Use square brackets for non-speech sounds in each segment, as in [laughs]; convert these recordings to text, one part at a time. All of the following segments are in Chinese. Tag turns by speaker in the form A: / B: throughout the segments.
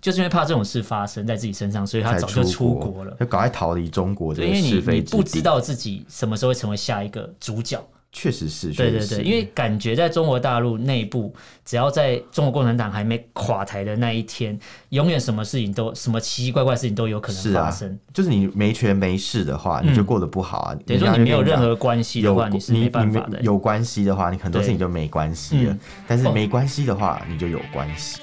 A: 就是因为怕这种事发生在自己身上，所以他
B: 才
A: 早就出
B: 国
A: 国了。
B: 就赶快逃离中国这
A: 对，
B: 个
A: 因为
B: 是
A: 你
B: 非
A: 你
B: 之
A: 不
B: 地
A: 知，道自己什么时候会成为下一个主角。
B: 确实是，
A: 对
B: 确
A: 对
B: 实
A: 对，
B: 是
A: 因为感觉在中国大陆内部，只要在中国共产党还没垮台的那一天，永远什么事情都什么奇奇怪怪的事情都有可能
B: 是
A: 发
B: 啊
A: 生。，嗯
B: 就是你没权没势的话，你就过得不好啊。
A: 等于说
B: 人家
A: 你
B: 就
A: 没有
B: 跟
A: 任
B: 讲
A: 何关系的
B: 有
A: 话，
B: 你
A: 你是没办
B: 你
A: 法的。
B: 有关系的话，你很多
A: 对
B: 事情就没关系了
A: 嗯。
B: 但是
A: 哦
B: 没关系的话，你就有关系。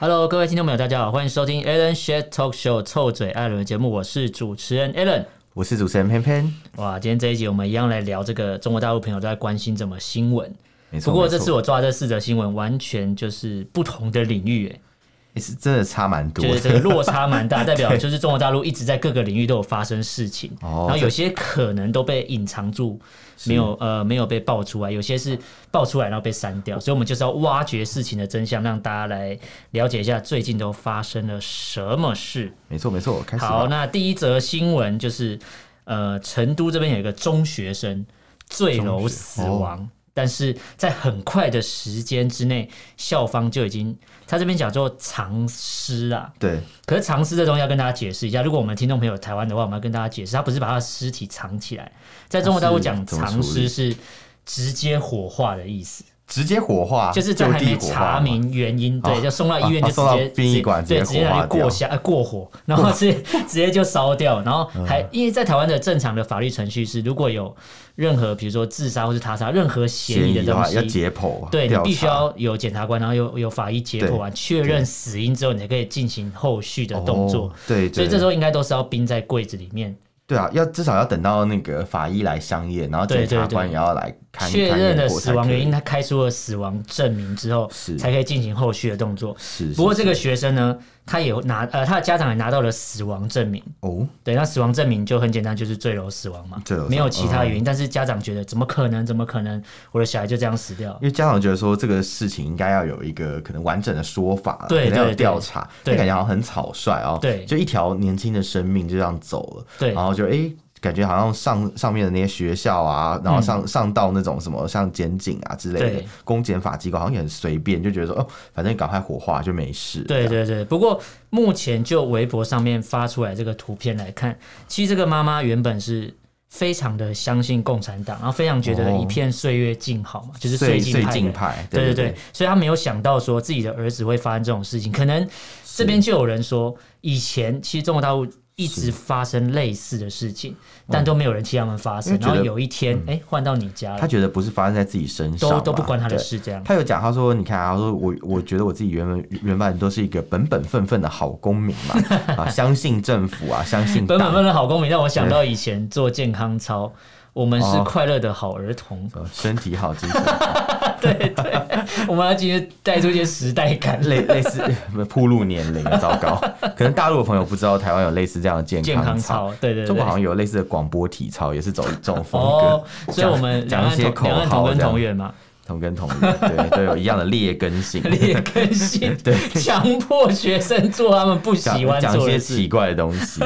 A: Hello，各位听众朋友，大家好，欢迎收听 Alan s h a t Talk Show 臭嘴艾伦的节目，我是主持人 Alan。
B: 我是主持人偏偏，
A: 哇，今天这一集我们一样来聊这个中国大陆朋友都在关心什么新闻。
B: 没错。
A: 不过
B: 没
A: 这
B: 错
A: 次我抓这四则新闻，完全就是不同的领域，哎，
B: 也是真的差蛮多
A: 就是这个
B: 的。
A: 落差蛮大，代表就是中国大陆一直在各个领域都有发生事情，
B: 哦
A: 然后有些可能都被隐藏住，没有呃没有被爆出来，有些是爆出来然后被删掉，所以我们就是要挖掘事情的真相，让大家来了解一下最近都发生了什么事。
B: [laughs] 没错没错，开始
A: 好，
B: 吧。
A: 那第一则新闻就是，呃，成都这边有一个中学生坠楼死亡，
B: 哦
A: 但是在很快的时间之内，校方就已经，他这边讲做藏尸啊，
B: 对，
A: 可是藏尸这东西要跟大家解释一下，如果我们听众朋友有台湾的话，我们要跟大家解释，他不是把他的尸体藏起来，在中国大陆讲
B: 它是怎么
A: 藏
B: 处
A: 尸
B: 理
A: 是直接火化的意思。
B: 直接火化，
A: 就是在还
B: 就地
A: 没
B: 火化
A: 查
B: 嘛。
A: 明原因，对，
B: 哦
A: 就送到医院就
B: 哦
A: 直
B: 送到
A: 接
B: 殡仪馆
A: 直接对，
B: 直
A: 直
B: 接
A: 接
B: 火化
A: 拿去过
B: 掉
A: 香呃过火，然后
B: [laughs]
A: 是直接就烧掉，然后
B: 嗯
A: 还因为在台湾的正常的法律程序是，如果有任何比如说自杀或是他杀任何嫌
B: 嫌
A: 疑
B: 疑
A: 的
B: 的
A: 东
B: 话要
A: 西。
B: 解剖，
A: 对你
B: 调
A: 必须
B: 查
A: 要有检察官，然后有有法医解剖完，确认死因之后，你才可以进行后续的动作
B: 哦。对，
A: 所以
B: 对
A: 这时候应该都是要冰在柜子里面，
B: 对啊，要至少要等到那个法医来相验，然后
A: 对
B: 检察
A: 对对
B: 官也要来看
A: 确
B: 看
A: 认
B: 验
A: 了
B: 过
A: 死
B: 才
A: 亡
B: 可
A: 原因，
B: 以
A: 他开出了死亡证明之后，
B: 是
A: 才可以进行后续的动作。
B: 是。
A: 不过
B: 是
A: 这个学生呢，他也拿呃，他的家长也拿到了死亡证明。
B: 哦，
A: 对，那死亡证明就很简单，就是坠楼死亡嘛
B: 坠楼死，亡哦
A: 没有其他原因。但是家长觉得怎么可能？怎么可能？我的小孩就这样死掉
B: 因？为家长觉得说这个事情应该要有一个可能完整的说法，
A: 对
B: 可能要
A: 对
B: 有调查，
A: 对
B: 但感觉好像很草率哦，
A: 对
B: 就一条年轻的生命就这样走了，
A: 对
B: 然后就哎。诶感觉好像上上面的那些学校啊，然后上、上到那种什么像检警啊之类的
A: 嗯对
B: 公检法机构，好像也很随便，就觉得说哦，反正赶快火化就没事。
A: 对对对。不过目前就微博上面发出来这个图片来看，其实这个妈妈原本是。非常的相信共产党，然后非常觉得
B: 哦
A: 一片岁月静好嘛，就是
B: 最
A: 进
B: 最
A: 派
B: 近
A: 的
B: 派，
A: 对
B: 对
A: 对对，所以他没有想到说自己的儿子会发生这种事情。可能这边就有人说，以前其实中国大陆一直发生类似的事情，但都没有人替他们发声。
B: 因为觉
A: 然
B: 得嗯
A: 后有一天，哎、换到你家
B: 他
A: 了，
B: 觉得不是发生在自己身上
A: 都
B: 嘛，
A: 都不关他的
B: 对
A: 事，这样。
B: 他有讲，他说：“你看啊，他说我我觉得我自己原本原本都是一个本本分分的好公民嘛，啊，相信政府啊，相信
A: 本本
B: 党，
A: 分的好公民让我想到以前做健康操，我们是
B: 哦
A: 快乐的好儿童， [laughs]
B: 呃身体好，精神好
A: 我们要今天带出一些时代感。
B: 类类似铺路年龄，啊糟糕。可能大陆的朋友不知道台湾有类似这样的健
A: 健康
B: 操，
A: 操，对对对，
B: 中国好像有类似的广播体操，也是走这种风格
A: 哦，，所以我们两
B: 讲一
A: 岸
B: 些
A: 同
B: 口
A: 两岸同
B: 号
A: 根
B: 这
A: 同
B: 样，
A: 源嘛，
B: 同根同源，对，都有一样的劣根性。”
A: [laughs]
B: [laughs]
A: 劣根性，对，强迫学生做他们不
B: 讲
A: 喜欢
B: 讲一
A: 做的
B: 些
A: 事
B: 奇。怪的东
A: [laughs]
B: 西。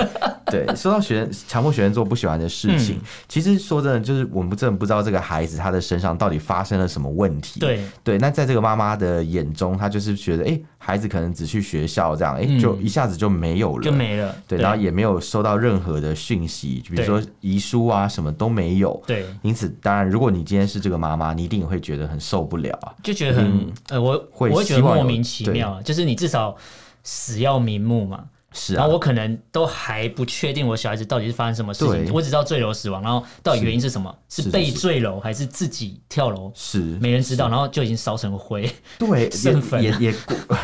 B: 对，说到学生强迫学生做不喜欢的事情，
A: 嗯
B: 其实说真的，就是我们真的不知道这个孩子他的身上到底发生了什么问题。
A: 对
B: 对，那在这个妈妈的眼中，她就是觉得，哎、孩子可能只去学校这样，哎、就一下子就没有了，
A: 嗯就没了。
B: 对，然后也没有收到任何的讯息，比如
A: 对
B: 说遗书啊，什么都没有。
A: 对，
B: 因此，当然，如果你今天是这个妈妈，你一定也会觉得很受不了啊。
A: 就觉得很、呃，我我
B: 会
A: 会觉得
B: 希
A: 莫
B: 望有
A: 名其
B: 对
A: 妙啊，就是你至少死要瞑目嘛。
B: 是
A: 然
B: 啊
A: 后，我可能都还不确定我小孩子到底是发生什么事情，
B: 对
A: 我只知道坠楼死亡，然后到底原因是什么？是
B: 是是
A: 被
B: 是
A: 坠楼还是自己跳楼？
B: 是
A: 没人知道，然后就已经烧成灰。 [laughs]
B: 对，
A: 剩粉
B: 也
A: 啊
B: 也也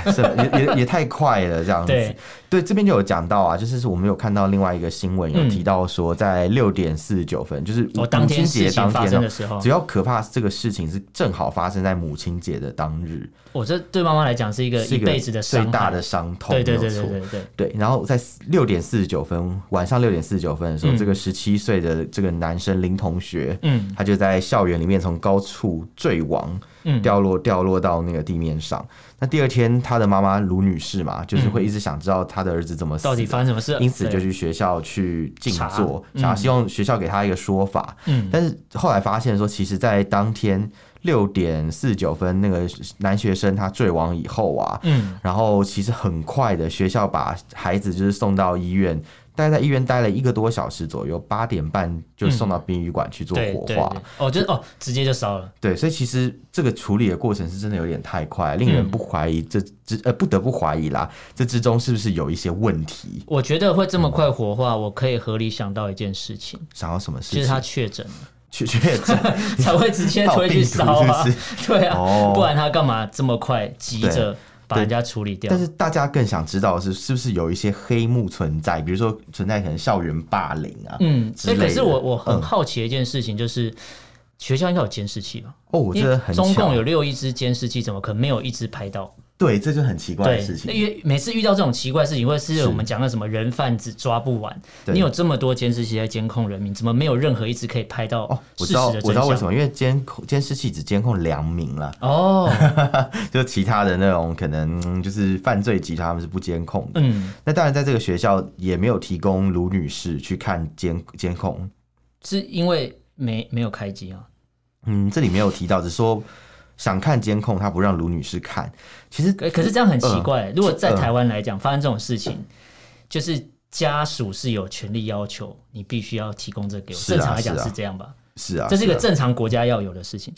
B: [laughs] 是也也也太快了这样子。
A: 对
B: 对，这边就有讲到啊，就是我们有看到另外一个新闻有提到说，在六点四十九分，就是
A: 我嗯
B: 母
A: 哦当天
B: 亲
A: 事
B: 节
A: 情
B: 当
A: 发生的
B: 天哦。
A: 时候
B: 只，要可怕是这个事情是正好发生在母亲节的当日，
A: 我这对妈妈来讲是一个
B: 是
A: 一
B: 一个
A: 辈子的
B: 最
A: 伤害
B: 大的伤痛，
A: 对对
B: 没
A: 对对
B: 有错
A: 对对，
B: 对，然后在六点四十九分，晚上六点四十九分的时候，
A: 嗯
B: 这个十七岁的这个男生林同学，
A: 嗯
B: 他就在校园里面从高处坠亡，
A: 嗯，
B: 掉落掉落到那个地面上。那第二天，他的妈妈卢女士嘛，就是会一直想知道他的儿子怎么死
A: 到底
B: 的，
A: 发生什么事了？
B: 因此就
A: 对
B: 去学校去静
A: 查
B: 坐，
A: 嗯
B: 想要希望学校给他一个说法。
A: 嗯
B: 但是后来发现说，其实，在当天六点四十九分，那个男学生他坠亡以后啊，
A: 嗯
B: 然后其实很快的，学校把孩子就是送到医院，大概在医院待了一个多小时左右，八点半就送到殡仪馆去做
A: 对
B: 火
A: 对
B: 化。
A: 对哦，就哦直接就烧了，
B: 对，所以其实这个处理的过程是真的有点太快，令人不怀疑这之呃不得不怀疑啦，这之中是不是有一些问题？
A: 我觉得会这么快火化，我可以合理想到一件事情，
B: 想要什么事
A: 就是他
B: 情？
A: 确诊了 [laughs]
B: 确确诊
A: 才会直接推去烧啊
B: 到病毒是，
A: [laughs] 对啊，
B: 哦
A: 不然他干嘛这么快急着把人家处理掉
B: 但？是大家更想知道的是，是不是有一些黑幕存在？比如说存在可能校园霸凌啊？
A: 嗯，
B: 之
A: 所以
B: 类的
A: 可是我我很
B: 嗯
A: 好奇的一件事情就是。学校应该有监视器吧？
B: 哦，我
A: 因
B: 觉
A: 为
B: 得很
A: 中
B: 巧
A: 共有六亿只监视器，怎么可能没有一只拍到？
B: 对，这就很奇怪
A: 对
B: 的事，情。
A: 因为每次遇到这种奇怪的事情，或者是
B: 是
A: 我们讲的什么人贩子抓不完，
B: 对
A: 你有这么多监视器在监控人民，怎么没有任何一只可以拍到
B: 哦，我
A: 事实
B: 知道，
A: 的
B: 我知
A: 真
B: 道为
A: 相
B: 什？么，因为监控监视器只监控良民啦，
A: 哦，
B: 就其他的那种可能嗯就是犯罪集团他们是不监控的。
A: 嗯，
B: 那当然，在这个学校也没有提供卢女士去看监监控，
A: 是因为没没有开机啊？
B: 嗯，这里没有提到，只说想看监控，他不让卢女士看。其实
A: 可可是这样很奇怪、如果在
B: 嗯
A: 台湾来讲，发生这种事情，就是家属是有权利要求你必须要提供这给我。
B: 是啊
A: 正常来讲
B: 是啊
A: 是这样吧？
B: 是啊，
A: 这是一个
B: 啊
A: 正常国家要有的事情。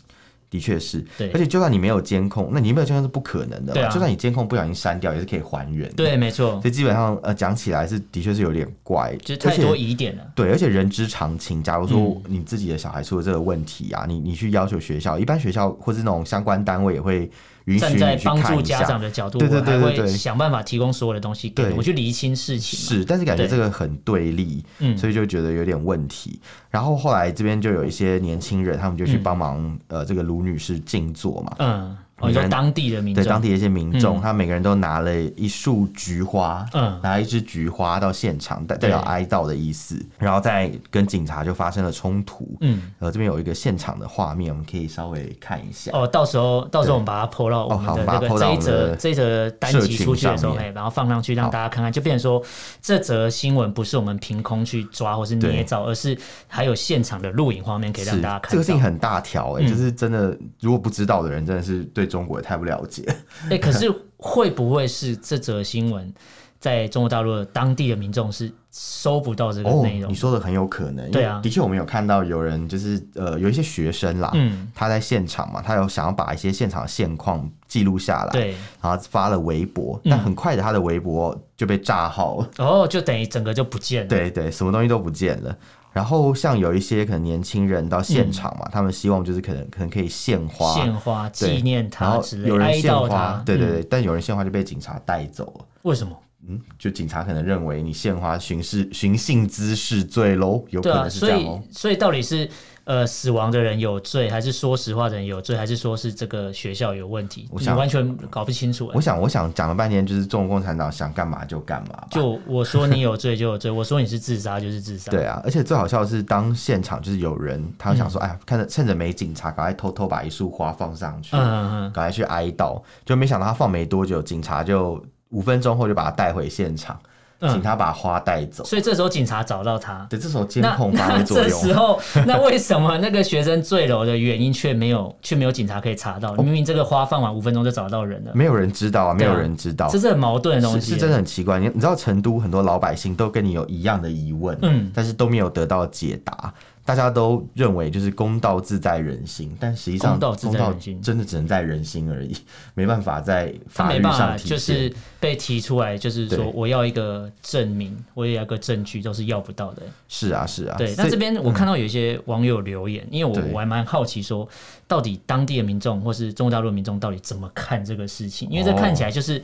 B: 的确是
A: 对，
B: 而且就算你没有监控，那你没有监控是不可能的
A: 对
B: 嘛，
A: 啊
B: 就算你监控不小心删掉，也是可以还原。
A: 对，，没错，
B: 所以基本上呃讲起来是的确是有点怪，
A: 就是太
B: 而且
A: 多疑点了。
B: 对，而且人之常情。假如
A: 嗯
B: 说你自己的小孩出了这个问题啊，你你去要求学校，一般学校或是那种相关单位也会允许
A: 站
B: 你去
A: 在帮
B: 看
A: 助
B: 一
A: 家
B: 下
A: 长。的角度，
B: 对对对
A: 我
B: 对
A: 还会
B: 对
A: 想办法提供所有的东西给你
B: 对
A: 我去厘清事情嘛。
B: 是，但是感觉
A: 对
B: 这个很对立，
A: 嗯
B: 所以就觉得有点问题。然后后来这边就有一些年轻人，他们就去
A: 嗯
B: 帮忙、呃这个卢女士静坐嘛，
A: 嗯，哦，
B: 每
A: 你
B: 个
A: 说
B: 人
A: 当地的民
B: 对
A: 众，
B: 当地的一些民众，
A: 嗯
B: 他每个人都拿了一束菊花，
A: 嗯
B: 拿一支菊花到现场，代代表
A: 对
B: 哀悼的意思，然后再跟警察就发生了冲突，
A: 嗯，
B: 呃，这边有一个现场的画面，我们可以稍微看一下。
A: 哦，到时候到时候我们把它 PO 到我
B: 哦好
A: 们的
B: 把
A: 那个
B: 它 po
A: 这
B: 到
A: 一
B: 我们
A: 则
B: 的
A: 这一则单
B: 社
A: 集
B: 群
A: 出去的时候，
B: 上
A: 哎，
B: 面
A: 然后放上去让
B: 好
A: 大家看看，就变成说这则新闻不是我们凭空去抓或是
B: 对
A: 捏造，而是还有现场的录影画面可以让
B: 是
A: 大家看
B: 这
A: 到
B: 个事。情很大条哎、
A: 嗯
B: 就是真的，如果不知道的人，真的是对中国也太不了解。
A: 哎、可是会不会是这则新闻在中国大陆的当地的民众是收不到这个
B: 哦
A: 内，容
B: 你？说的很有可能，因为
A: 对啊
B: 的确我们有看到有人就是呃，有一些学生啦，
A: 嗯，
B: 他在现场嘛，他有想要把一些现场现况记录下来，，
A: 对，嗯
B: 然后发了微博，但很快的他的微博就被炸号了，
A: 然后哦就等于整个就不见了。
B: [laughs] 对对，什么东西都不见了。然后像有一些可能年轻人到现场嘛，他们希望就是可能可能可以献花，
A: 嗯献花
B: 对
A: 纪念
B: 然
A: 他
B: 后
A: 之类，
B: 有人
A: 哀
B: 献
A: 悼
B: 花
A: 他，。
B: 对对
A: 嗯
B: 对，但有人献花就被警察带走了。
A: 为什么？
B: 嗯，就警察可能认为你献花寻事寻衅滋事罪喽，有
A: 对
B: 可
A: 啊，
B: 能是
A: 所
B: 这样
A: 以
B: 哦。
A: 所以到底是呃死亡的人有罪，还是说实话的人有罪，还是说是这个学校有问题？
B: 我
A: 你
B: 想
A: 完全搞不清楚、欸
B: 我。想，我想讲了半天，就是中国共产党想干嘛就干嘛吧。
A: 就我说你有罪就有罪，我说你是自杀就是自杀。
B: 对啊，而且最好笑的是，当现场就是有人，他
A: 嗯
B: 想说，哎呀，看着趁着没警察，赶快偷偷把一束花放上去，
A: 嗯，
B: 赶、
A: 嗯嗯，
B: 快去哀悼。就没想到他放没多久，警察就五分钟后就把他带回现场，
A: 嗯
B: 请他把花带走。
A: 所以这时候警察找到他，
B: 对，这时候监
A: 那
B: 控发
A: 那 [laughs]
B: 挥作
A: 这
B: 用
A: 时。候那为什么那个学生坠楼的原因却没有却没有警察可以查
B: 哦
A: 到？明明这个花放完五分钟就找到人了，
B: 没有人知道啊，没
A: 对啊
B: 有人知道，
A: 这是很矛盾的东
B: 是
A: 西、
B: 是真的很奇怪。你你知道成都很多老百姓都跟你有一样的疑问，
A: 嗯
B: 但是都没有得到解答。大家都认为就是公道自在人心，但实际上
A: 公道自在人心
B: 公道真的只能在人心而已，没办法在
A: 他
B: 法
A: 没
B: 律
A: 办
B: 上
A: 法，
B: 体现。
A: 就是被提出来，就是
B: 对
A: 说我要一个证明，我也要一个证据，都是要不到的。
B: 是啊，是啊。
A: 对，
B: 所
A: 那
B: 以
A: 这边我看到有一些网友留言，因为我
B: 对
A: 我还蛮好奇说，到底当地的民众或是中国大陆的民众到底怎么看这个事情？
B: 哦
A: 因为这看起来就是。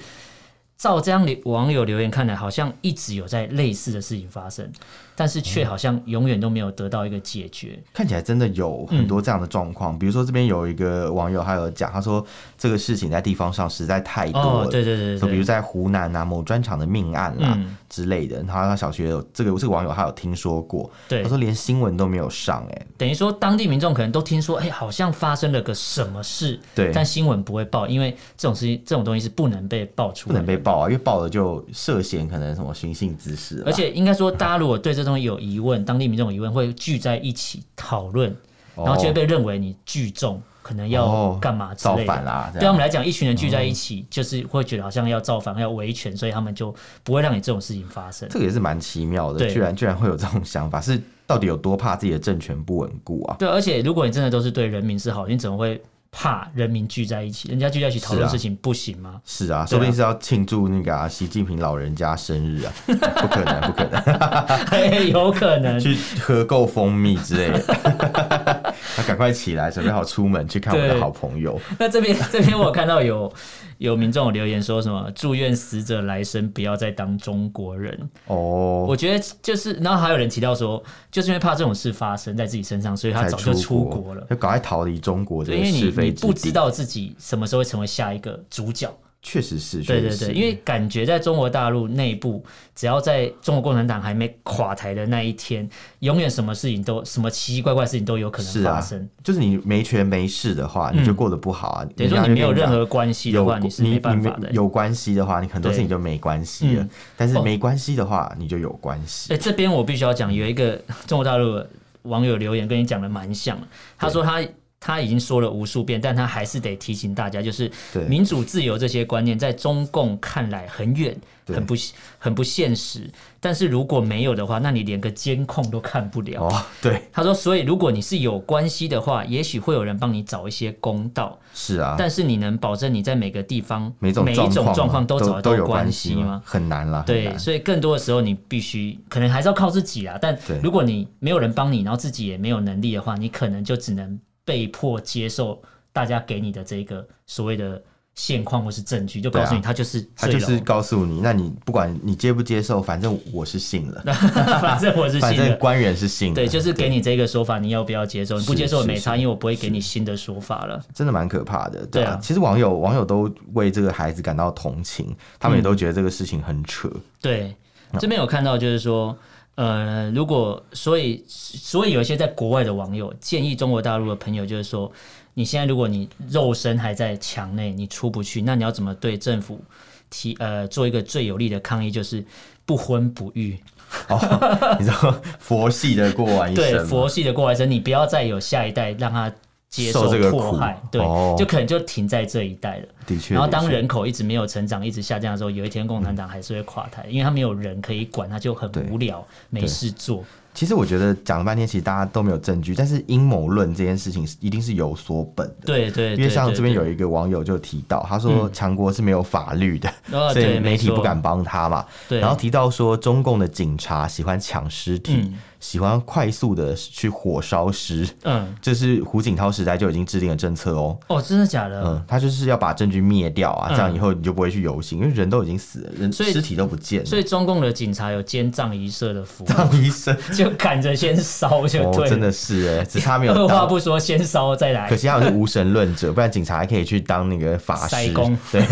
A: 照这样留网友留言看来，好像一直有在类似的事情发生，但是
B: 嗯
A: 却好像永远都没有得到一个解决。
B: 看起来真的有很多这样的状
A: 嗯
B: 况，比如说这边有一个网友还有讲，他说这个事情在地方上实在太多了，
A: 哦，对对对
B: 说
A: 对
B: 比如
A: 对，
B: 在湖南啊某专场的命案啦、
A: 嗯
B: 之类的，然后他小学有这个这个网友他有听说过，
A: 对
B: 他，说连新闻都没有上、欸，
A: 等于说当地民众可能都听说，哎、好像发生了个什么事，
B: 对
A: 但新闻不会报，因为这种事情、这种东西是不能被爆出
B: 不
A: 来
B: 能
A: 的。
B: 被爆啊，因为爆了就涉嫌可能什么寻衅滋事啦，
A: 而且应该说，大家如果对这东西有疑问，当地民众有疑问，会聚在一起讨论，然后就会被认为你聚众，可能要
B: 哦
A: 干嘛之
B: 造
A: 类的。
B: 反啦，这
A: 对啊他
B: 样嗯
A: 们来讲，一群人聚在一起，就是会觉得好像要造反、要维权，所以他们就不会让你这种事情发生。
B: 这个也是蛮奇妙的，
A: 对
B: 居然居然会有这种想法，是到底有多怕自己的政权不稳固啊？
A: 对，而且如果你真的都是对人民是好，你怎么会怕人民聚在一起？人家聚在一起讨
B: 是
A: 论
B: 啊
A: 事情不行吗？ [laughs]
B: 是啊，说不定是要庆祝那个、啊、习近平老人家生日啊，不可能，不可能，
A: 嘿哎有可能。
B: 去合购蜂蜜之类的。他赶快起来，准备好出门去看我的
A: 对
B: 好朋友。
A: [laughs] 那这边这边我看到有有民众有留言说什么，祝愿死者来生不要再当中国人。
B: 哦，
A: 我觉得就是，然后还有人提到说，就是因为怕这种事发生在自己身上，所以他
B: 才
A: 早就出国了。
B: 就赶快逃离中国这
A: 对，因
B: 个
A: 为
B: 是
A: 你
B: 非
A: 你
B: 之地。
A: 不知，道自己什么时候会成为下一个主角，
B: 确实是，
A: 对
B: 确
A: 对
B: 实
A: 对，
B: 是
A: 因为感觉在中国大陆内部，只要在中国共产党还没垮台的那一天，永远什么事情都什么奇奇怪怪的事情都有可能
B: 是啊
A: 发生。
B: 就是你没权没势的话，你就过得不好啊。
A: 等于说
B: 人家
A: 你没有
B: 跟
A: 任
B: 讲
A: 何关系的
B: 有
A: 话，你是没办法
B: 你
A: 的
B: 没。有关系的话，你很多事情就没关系了
A: 嗯。
B: 但是
A: 哦
B: 没关系的话，你就有关系。
A: 哎、这边我必须要讲，有一个中国大陆的网友留言跟你讲的蛮像的，他说他他已经说了无数遍，但他还是得提醒大家，就是
B: 对
A: 民主自由这些观念在中共看来很远，
B: 对
A: 很不很不现实。但是如果没有的话，那你连个监控都看不了。
B: 哦，对，
A: 他说，所以如果你是有关系的话，也许会有人帮你找一些公道，
B: 是啊。
A: 但是你能保证你在每个地方
B: 每种
A: 一种状况
B: 都
A: 都找得
B: 都
A: 到
B: 有
A: 关
B: 系
A: 系吗？？
B: 很难啦，很
A: 对，
B: 难
A: 所以更多的时候你必须可能还是要靠自己啊。但
B: 对
A: 如果你没有人帮你，然后自己也没有能力的话，你可能就只能被迫接受大家给你的这个所谓的现况或是证据，就告诉
B: 对
A: 你
B: 啊
A: 他就是
B: 他
A: 坠楼，
B: 就是告诉你，那你不管你接不接受，反正我是信了， [laughs]
A: 反正我是
B: 反
A: 信
B: 正
A: 的。
B: 官员是信了，
A: 对，就是给你这个说法，你要不要接受？你不
B: 是
A: 接受也没
B: 是
A: 差，
B: 是
A: 因为我不会给你新的说法了。
B: 真的蛮可怕的，
A: 对
B: 对
A: 啊
B: 啊。其实网友网友都为这个孩子感到同情，他们也都觉得这个事情很
A: [laughs]
B: 扯，
A: 对，
B: 嗯
A: 这边有看到就是说，呃，如果所以所以有一些在国外的网友建议中国大陆的朋友，就是说，你现在如果你肉身还在墙内，你出不去，那你要怎么对政府提呃做一个最有力的抗议，就是不婚不育，
B: 你知道佛系的过完一
A: 对
B: 生啊吗，
A: 佛系的过来生，你不要再有下一代让他。接受
B: 受这个
A: 迫
B: 苦
A: 害，对，
B: 哦
A: 就可能就停在这一代了。
B: 的确。
A: 然后当
B: 的确
A: 人口一直没有成长，一直下降的时候，有一天共产党还是会垮台，因为他没有人可以管，他就很
B: 对
A: 无聊，没
B: 对
A: 事做。
B: 其实我觉得讲了半天，其实大家都没有证据，但是阴谋论这件事情是一定是有所本的。
A: 对对，
B: 因为像这边有
A: 一
B: 一个网友就提到，他说强国是没有法律的，
A: 哦
B: 所以
A: 对
B: 媒体
A: 没错
B: 不敢帮他嘛。
A: 对，
B: 然后提到说，中共的警察喜欢抢尸体，
A: 嗯
B: 喜欢快速的去火烧尸，
A: 嗯，
B: 这是胡锦涛时代就已经制定的政策哦。
A: 哦，真的假的？
B: 嗯，他就是要把证据灭掉啊，
A: 嗯
B: 这样以后你就不会去游行，因为人都已经死了，人
A: 所以
B: 尸体都不见了。
A: 所以中共的警察有奸葬仪社的服务，
B: 当医生
A: [laughs] 就赶着先烧就
B: 哦，
A: 对
B: 真
A: 了，
B: 的是
A: [laughs]
B: 哎、只差没有
A: 二话
B: 当。
A: 不说先烧再来
B: 可。惜他们是无神论者，不然警察还可以去当那个法师
A: 塞公，
B: [laughs] 对，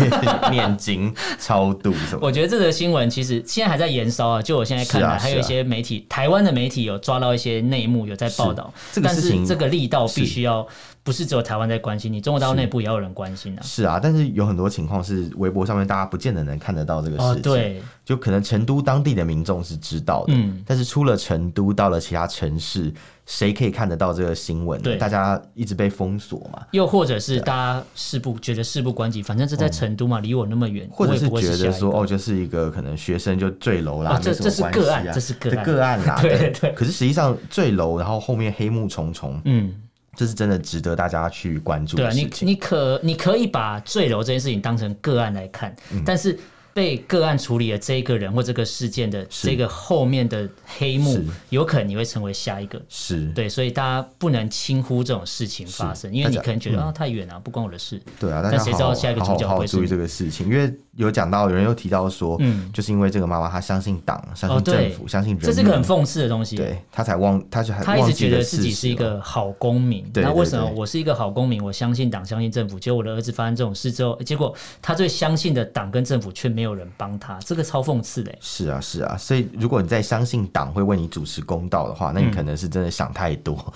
B: 念经、超度什么。
A: 我觉得这则新闻其实现在还在延烧啊，就我现在看
B: 是啊
A: 来，还有一
B: 是啊
A: 些媒体，台湾的媒体有抓到一些内幕，有在报道，
B: 这个
A: 但
B: 事
A: 是
B: 情
A: 这个力道必
B: 是
A: 须要不是只有台湾在关心你，中国大陆内部也有人关心啊。
B: 是啊，但是有很多情况是微博上面大家不见得能看得到这个
A: 哦
B: 事，情，
A: 对，
B: 就可能成都当地的民众是知道的，
A: 嗯
B: 但是出了成都，到了其他城市，谁可以看得到这个新闻呢？
A: 对
B: 大家一直被封锁嘛，
A: 又或者
B: 啊
A: 是大家事不觉得事不关己，反正这在成都嘛，离我那么远，
B: 嗯或者
A: 我也不会
B: 觉
A: 下一
B: 得
A: 个
B: 说哦，就是一个可能学生就坠楼啦，
A: 啊
B: 没
A: 这
B: 什
A: 这
B: 么
A: 是
B: 关
A: 个
B: 系
A: 案
B: 啊，
A: 这是个
B: 这
A: 案
B: 个案啦，
A: [laughs] 对对
B: 可是实际上坠楼，然后后面黑幕重重，
A: 嗯。
B: 这是真的值得大家去关注
A: 对
B: 的
A: 啊，
B: 事
A: 你
B: 情。
A: 你可你可以把坠楼这件事情当成个案来看，
B: 嗯
A: 但是被个案处理的这一个人或这个事件的
B: 是
A: 这个后面的黑幕
B: 是，
A: 有可能你会成为下一个。
B: 是
A: 对，所以大家不能轻忽这种事情发生，因为你可能觉得、
B: 嗯
A: 啊太远啊，不关我的事。
B: 对啊，大
A: 但
B: 家
A: 谁
B: 好
A: 知道
B: 好
A: 下一个
B: 好
A: 主角
B: 好
A: 会
B: 好
A: 是
B: 注意
A: 你
B: 这个事情，因为有讲到，有人又提到说，
A: 嗯
B: 就是因为这个妈妈她相信党、相
A: 哦
B: 信
A: 对
B: 政府、相信人民，
A: 这是一个很讽刺的东西。
B: 对，她才忘，她就还
A: 他一
B: 忘
A: 直
B: 记
A: 觉得
B: 了
A: 自
B: 事
A: 己
B: 实
A: 是一
B: 了
A: 个好公民，
B: 对
A: 那
B: 对
A: 为什么
B: 对
A: 我是一个好公民？我相信党，相信政府。结果我的儿子发生这种事之后，结果他最相信的党跟政府却没有人帮他，这个超讽刺的
B: [laughs]
A: 欸、
B: 是啊，是啊，所以如果你在相信党会为你主持公道的话，那你
A: 嗯
B: 可能是真的想太多。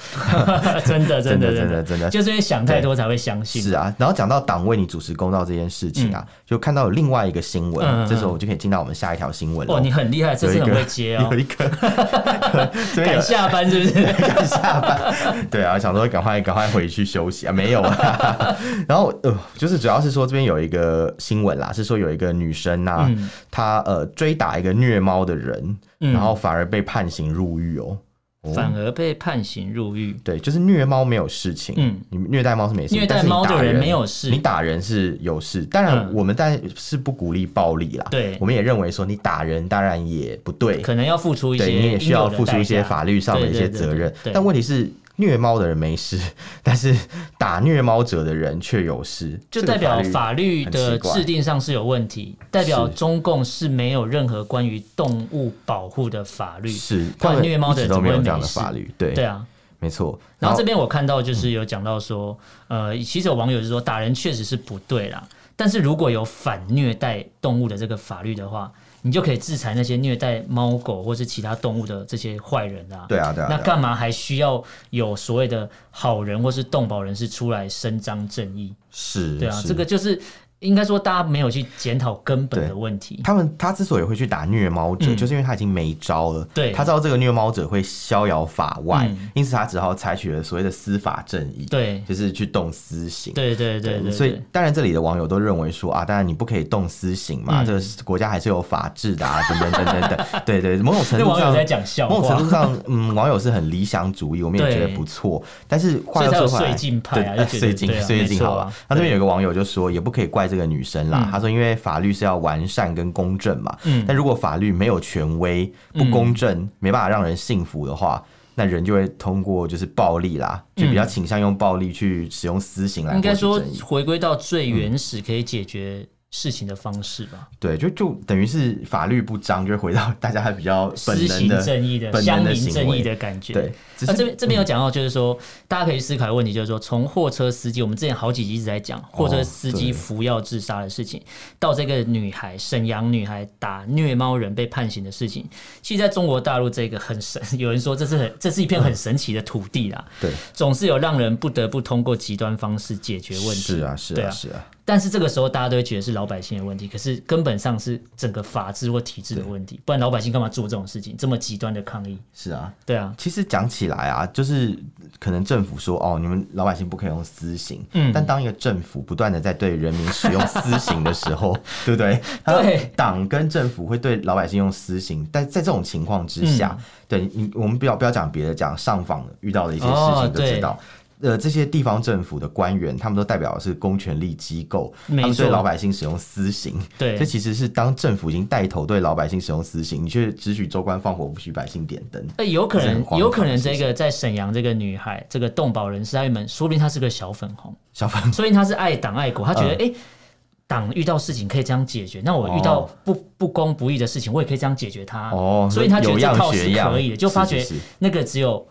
A: 真的，真的，
B: 真的
A: 真的，
B: 真的
A: 就是因为想太多才会相信。
B: [laughs] 是啊，然后讲到党为你主持公道这件事情啊，就看到有另外一个新闻，
A: 嗯嗯嗯
B: 这时候我就可以进到我们下一条新闻了。
A: 哦，你很厉害，这
B: 有一
A: 次
B: 个
A: 很会接哦
B: 有。一个 [laughs] 这边
A: [laughs] 赶
B: 有
A: 下班是不是？
B: 赶下班， [laughs] 对啊，想说赶快赶快回去休息啊，没有啊。 [laughs] 然后呃，就是主要是说这边有一个新闻啦，是说有一个女生呐、
A: 嗯
B: 她呃追打一个虐猫的人，
A: 嗯
B: [laughs] 然后反而被判刑入狱哦。哦
A: 反而被判刑入狱。
B: 对，就是虐猫没有事情，
A: 嗯
B: 你虐待猫是没事，
A: 虐待
B: 但是你
A: 猫的
B: 打
A: 人
B: 人
A: 没有事
B: 你打人是有事。当然
A: 嗯，
B: 我们当然是不鼓励暴力啦，
A: 对
B: 我们也认为说你打人当然也不对，
A: 可能要付出一些，
B: 对你也需要付出一些法律上的一些
A: 对对对
B: 责任
A: 对对。
B: 但问题是，虐猫的人没事， [laughs] 但是打虐猫者的人却有事，
A: 就
B: 这个
A: 代表
B: 律
A: 法律的
B: 很奇怪
A: 制定上是有问题，代表中共是没有任何关于动物保护的法律。
B: 是
A: 不然
B: 他们
A: 虐猫的
B: 一
A: 人
B: 直都没有
A: 怎么会
B: 这样的
A: 没事
B: 法律，对
A: 对，啊，
B: 没错。
A: 然后这边我看到就是有讲到说，
B: 嗯
A: 呃，其实有网友是说打人确实是不对啦，但是如果有反虐待动物的这个法律的话，你就可以制裁那些虐待猫狗或是其他动物的这些坏人啊。
B: 对啊，对啊，
A: 那
B: 对啊
A: 干嘛还需要有所谓的好人或是动保人士出来伸张正义？
B: 是，
A: 对啊，
B: 是
A: 这个就是应该说大家没有去检讨根本
B: 对
A: 的问题。
B: 他们他之所以会去打虐猫者，就是因为他已经没招了。
A: 嗯对嗯
B: 他知道这个虐猫者会逍遥法外，因此他只好采取了所谓的司法正义，
A: 对
B: 就是去动私刑。嗯
A: 对对对对，
B: 所以
A: 对
B: 当然这里的网友都认为说啊，当然你不可以动私刑嘛，
A: 嗯
B: 这个是国家还是有法治的啊，等等等等等。对对，某种程
A: 那 [laughs]
B: 度
A: 网
B: 上
A: 友在。讲笑
B: 某种程
A: 话
B: 度，上，嗯，网友是很理想主义，我们也
A: 对
B: 觉得不错。但是
A: 所
B: 话
A: 以
B: 又
A: 才
B: 说
A: 有
B: 回来，
A: 绥靖派啊，
B: 对，
A: 就
B: 呃
A: 觉
B: 最
A: 得
B: 近
A: 对啊
B: 最近
A: 没错
B: 好
A: 啊
B: 吧。那这边有一个网友就说，也不可以怪这个女生啦。他说，因为法律是要完善跟公正嘛，
A: 嗯
B: 但如果法律没有权威、不公正，没办法让人信服的话。那人就会通过就是暴力啦，就比较倾向用暴力去使用私刑来
A: 嗯应该
B: 获取
A: 说
B: 正义
A: 回归到最原始可以解决事情的方式吧，
B: 对，就就等于是法律不彰，就会回到大家比较本
A: 施
B: 能
A: 行
B: 的
A: 正义的
B: 本
A: 乡
B: 能的
A: 民
B: 行
A: 正义
B: 为。
A: 的感觉。
B: 对，只
A: 那、
B: 是
A: 呃这边这边有讲到，就是说，大家可以思考一个问题，就是说，从货车司机，我们之前好几集一直在讲货车司
B: 哦对
A: 机服药自杀的事情，到这个女孩沈阳女孩打虐猫人被判刑的事情，其实在中国大陆这个很神， [laughs] 有人说这是很这是一片很神奇的土地啦，
B: 对，
A: 总是有让人不得不通过极端方式解决问题。
B: 是啊，是
A: 对
B: 啊，
A: 啊
B: 是啊。
A: 但是这个时候大家都会觉得是老百姓的问题，可是根本上是整个法治或体制的问题，不然老百姓干嘛做这种事情，这么极端的抗议？
B: 是啊，
A: 对啊，
B: 其实讲起来啊，就是可能政府说哦，你们老百姓不可以用私刑，
A: 嗯
B: 但当一个政府不断的在对人民使用私刑的时
A: [laughs]
B: 候，对不对？
A: 对
B: 他党跟政府会对老百姓用私刑，但在这种情况之下，
A: 嗯
B: 对你我们不要不要讲别的，讲上访遇到的一些事
A: 哦
B: 情就知
A: 对
B: 道。呃，这些地方政府的官员，他们都代表的是公权力机构，他
A: 没
B: 们对
A: 错
B: 老百姓使用私刑，
A: 对
B: 这其实是当政府已经带头对老百姓使用私刑，你却只许州官放火，不许百姓点灯。
A: 那有可
B: 这是很
A: 能
B: 荒，唐
A: 有可能
B: 的事
A: 这个在沈阳这个女孩，这个动保人士，她们说不定她是个小粉红，[laughs]
B: 小粉
A: 说不定她是爱党爱国，她觉得
B: 嗯
A: 哎。诶党遇到事情可以这样解决，那我遇到
B: 哦
A: 不不公不义的事情，我也可以这样解决它。
B: 哦
A: 所以她觉得
B: 有
A: 这
B: 样
A: 套
B: 学
A: 是
B: 样
A: 可以的，就发觉
B: 是是是
A: 那个只有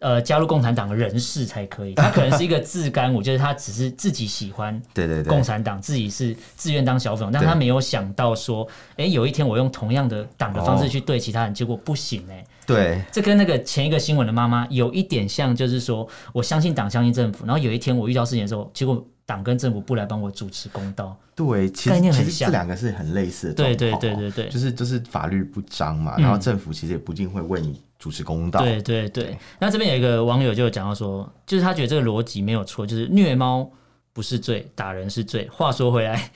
A: 呃加入共产党的人士才可以，他可能是一个自干我觉得他只是自己喜欢
B: 对对对
A: 共，产党，自己是自愿当小粉红，但
B: 对
A: 他没有想到说，哎、有一天我用同样的党的方
B: 哦
A: 式去对其他人，结果不行哎、
B: 对
A: 这跟那个前一个新闻的妈妈有一点像，就是说我相信党，相信政府，然后有一天我遇到事情的时候，结果党跟政府不来帮我主持公道。
B: 对，其
A: 概
B: 实
A: 念
B: 其
A: 很
B: 实
A: 像
B: 这两个是很类似的状
A: 对
B: 况哦，
A: 对对对对
B: 就是就是法律不彰嘛，然后政府其实也不一定会为你主持公道，
A: 对对对。那这边有一个网友就有讲到说，就是他觉得这个逻辑没有错，就是虐猫不是罪，打人是罪。话说回来，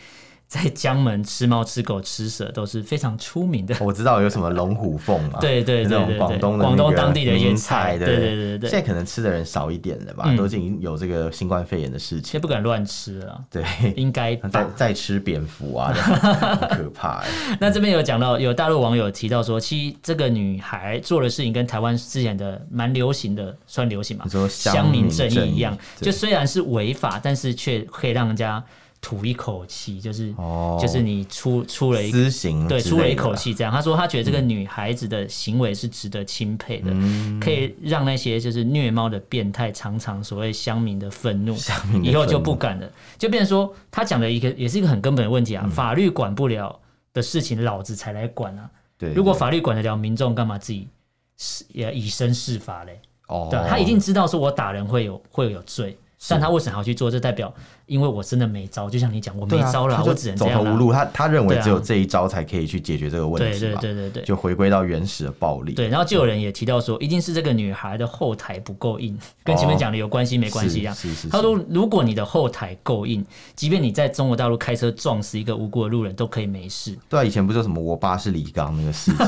A: 在江门吃猫、吃狗、吃蛇都是非常出名的。
B: 我知道有什么龙虎凤啊
A: [laughs]
B: 嘛，
A: 对对
B: 那
A: 对
B: 种
A: 对对，
B: 广东的
A: 广
B: 那
A: 东
B: 个
A: 当地的一些
B: 名
A: 菜，
B: 菜
A: 对
B: 对
A: 对对对
B: 现
A: 对，
B: 在可能吃的人少一点了吧，
A: 嗯
B: 都已经有这个新冠肺炎的事
A: 现在
B: 情，
A: 不敢乱吃了，
B: 对， [laughs]
A: 应该
B: 再
A: 吧。
B: 再吃蝙
A: [laughs]
B: 蝠啊，这样很可怕欸，
A: 那这边有讲到，有大陆网友提到说，其实这个女孩做的事情跟台湾之前的蛮流行的，算流行嘛
B: 你，说
A: 乡民正
B: 正
A: 义一样，
B: 对
A: 就虽然是违法，但是却可以让人家吐一口气，就是、
B: 哦，
A: 就是你出出了一
B: 私刑
A: 对
B: 之
A: 出了
B: 类
A: 一
B: 的
A: 口
B: 啦，嗯
A: 气这样。他说他觉得这个女孩子的行为是值得钦佩的，可以让那些就是虐猫的变态尝尝所谓乡民的愤怒。
B: 乡民的
A: 以后就
B: 愤怒
A: 不敢了，就变成说他讲的一个也是一个很根本的问题啊，
B: 嗯
A: 法律管不了的事情，老子才来管啊。
B: 对，
A: 如果
B: 对
A: 法律管得了民众，干嘛自己是也以身试法嘞？
B: 哦，
A: 对啊、他已经知道说我打人会有会有罪，但他为什么还要去做？这代表因为我真的没招，就像你讲，我没
B: 对啊
A: 招了啊，
B: 他
A: 我
B: 就
A: 只能这
B: 走投
A: 样
B: 无
A: 了啊。
B: 路，他他认为
A: 对啊
B: 只有这一招才可以去解决这个问
A: 对
B: 题
A: 对
B: 嘛，
A: 对对对
B: 就回归到原始的暴力，
A: 对，然后就有人也提到说，一定是这个女孩的后台不够硬，跟前面讲的有关系没
B: 哦是，
A: 关系一样。
B: 是是，
A: 他
B: 是
A: 说，如果你的后台够硬，即便你在中国大陆开车撞死一个无辜的路人，都可以没事。
B: 对啊，以前不是有什么我爸是李刚那个事
A: [laughs]
B: 件，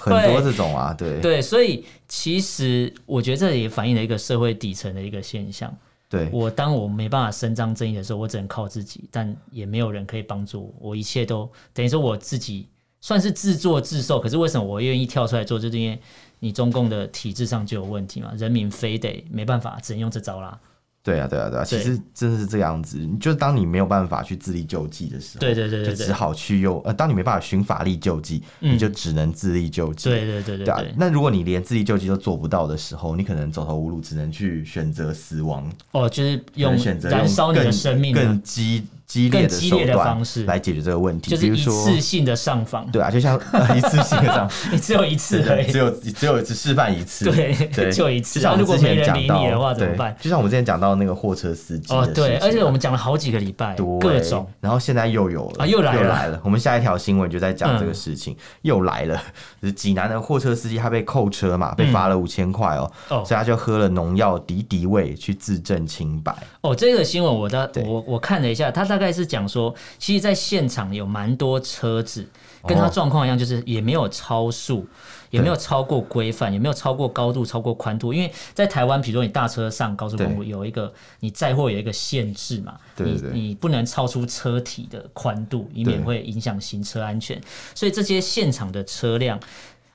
B: 很多这种啊，对
A: 对，所以其实我觉得这也反映了一个社会底层的一个现象。
B: 对
A: 我当我没办法伸张正义的时候，我只能靠自己，但也没有人可以帮助我，我一切都等于说我自己算是自作自受。可是为什么我愿意跳出来做，就是因为你中共的体制上就有问题嘛，人民非得没办法，只能用这招啦。
B: 对啊对啊对啊，其
A: 对
B: 实真的是这样子，就是当你没有办法去自力救济的时候，
A: 对对对对
B: 就只
A: 对，
B: 好去用呃，当你没办法寻法力救济，
A: 嗯
B: 你就只能自力救济，
A: 对对对对
B: 对啊
A: 对。，
B: 那如果你连自力救济都做不到的时候，你可能走投无路，只能去选择死亡，
A: 哦，就是用
B: 可能选择
A: 燃
B: 用
A: 烧你的
B: 更
A: 生命啊，
B: 更激激烈的
A: 更激
B: 手
A: 烈的
B: 段
A: 方式
B: 来解决这个问题，
A: 就是
B: 比
A: 一
B: 如说。
A: 次性的上访，
B: 对啊，就像、 [laughs] 呃一次性的这
A: [laughs]
B: 样，
A: 你只有一次而
B: 对
A: 已
B: 只。有只有一次示范一次，
A: 对 [laughs]
B: 对，
A: 就一次
B: 就像我
A: 啊
B: 们
A: 如果
B: 之前
A: 没人
B: 讲
A: 理你
B: 到
A: 的话怎么办
B: 对就像我们之前讲到那个货车司机
A: 哦，
B: 的
A: 对，
B: 事情啊
A: 而且我们讲了好几个礼拜，
B: 对
A: 各种。
B: 然后现在又有了，
A: 啊又来了嗯
B: 又来了。我们下一条新闻就在讲这个事情，又来了。就是济南的货车司机他被扣车嘛，
A: 嗯
B: 被罚了五千块哦，
A: 哦
B: 所以他就喝了农药敌敌畏去自证清白。
A: 哦，这个新闻我大
B: 对
A: 我我看了一下，他大概是讲说，其实在现场有蛮多车子跟他
B: 哦
A: 状况一样，就是也没有超速，也
B: 对
A: 没有超过规范，也没有超过高度、超过宽度。因为在台湾，比如说你大车上高速公路有一个你载货有一个限制嘛，
B: 对对对
A: 你你不能超出车体的宽度，以免
B: 对
A: 会影响行车安全。所以这些现场的车辆。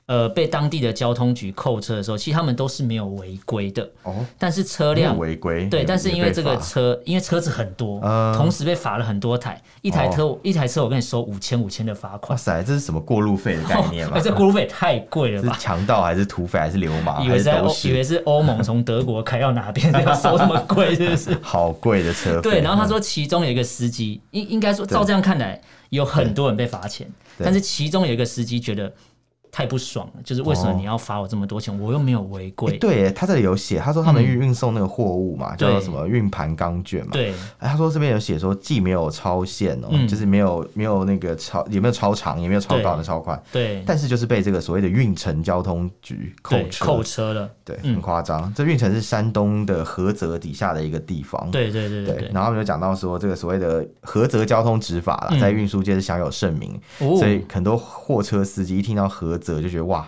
A: 呃，被当地的交通局扣车的时候，其实他们都是没有违规的，
B: 哦，
A: 但是车
B: 没有
A: 辆
B: 违规，
A: 对，
B: 也
A: 但是因为这
B: 也
A: 个
B: 被罚
A: 车，因为车子很多，
B: 嗯哦
A: 同时被罚了很多台，一台车、一台车我跟你收五千五千的罚
B: 哇
A: 款，
B: 塞，这是什么过路费的概念 [laughs] 吗？
A: 哎，这过路费也太贵了
B: 是
A: 吧？
B: 强盗还是土匪还是流氓
A: 以为
B: 还
A: 是
B: 是
A: 在
B: 都
A: 欧，以为
B: 是？
A: 是欧盟从德国开到哪
B: [laughs]
A: 边要收这么贵，是不是？
B: 好贵的车费。嗯
A: 对，然后他说其中有一个司机，应应该说照这样看来，有很多人被罚钱，
B: 对
A: 但是其中有一个司机觉得太不爽了，就是为什么
B: 哦哎
A: 你要罚我这么多钱，我又没有违
B: 诶
A: 规，
B: 对耶，他这里有写，他说他们运运送那个货物嘛，叫做
A: 嗯对
B: 什么运盘钢卷嘛，
A: 对
B: 哎，他说这边有写说，既没有超限哦、
A: 嗯
B: 就是没有没有那个超，也没有超长，也没有超高
A: 对
B: 的超快，
A: 对
B: 但是就是被这个所谓的运城交通局扣
A: 对，
B: 车，
A: 扣车了，
B: 对，
A: 嗯
B: 很夸张。这运城是山东的菏泽底下的一个地方，
A: 对对对对
B: 然后他们就讲到说，这个所谓的菏泽交通执法啦，
A: 嗯
B: 在运输界是享有盛名，
A: 对，哦
B: 所，以很多货车司机一听到菏泽就觉得哇，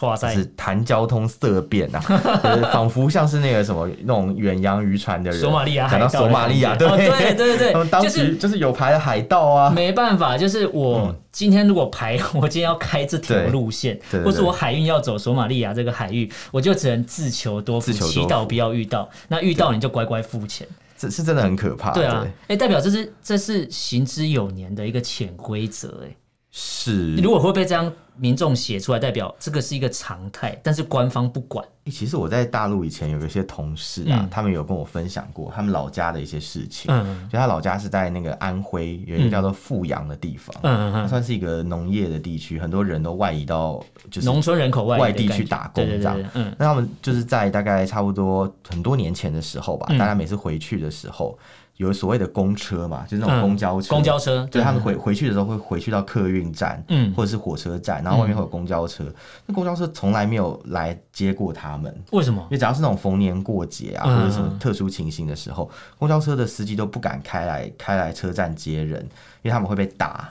A: 哇
B: 就
A: 塞
B: 是，谈交通色变啊， [laughs] 就是仿佛像是那个什么那种远洋渔船的人，
A: 索马利亚海
B: 哎讲
A: 盗
B: 到
A: 的
B: 索马利亚，
A: 感觉哦对对对
B: [laughs] 他们当
A: 就
B: 时
A: 是
B: 就是有牌的海盗啊，
A: 没办法，就是我今天如果排，我今天要开这条路线，
B: 嗯对对
A: 或是我海运要走索马利亚这个海域，我就只能自求多福，
B: 自求多福
A: 祈祷不要遇到。那遇到你就乖乖付钱，啊
B: 这是真的很可怕。嗯
A: 对啊，哎、代表这是这是行之有年的一个潜规则，哎，
B: 是，
A: 如果会被这样民众写出来，代表这个是一个常态，但是官方不管。
B: 欸其实我在大陆以前有一些同事啊，
A: 嗯
B: 他们有跟我分享过他们老家的一些事情。
A: 嗯
B: 就他老家是在那个安徽有一个叫做阜阳的地方，
A: 嗯
B: 它
A: 嗯嗯，
B: 算是一个农业的地区，很多人都外移到就是
A: 农村人口外移的
B: 外地
A: 感
B: 去
A: 觉
B: 打工
A: 对对
B: 这样
A: 对对，嗯
B: 那他们就是在大概差不多很多年前的时候吧，
A: 嗯
B: 大家每次回去的时候，有所谓的公车嘛，就是那
A: 嗯
B: 种公交车，
A: 公交车，
B: 对他们回回去的时候会回去到客运站，
A: 嗯
B: 或者是火车站，然后外面会有公交车，那公交车从来没有来接过他们。
A: 为什么
B: 因？为只要是那种逢年过节啊，
A: 嗯
B: 或者什么特殊情形的时候，公交车的司机都不敢开来开来车站接人，因为他们会被打。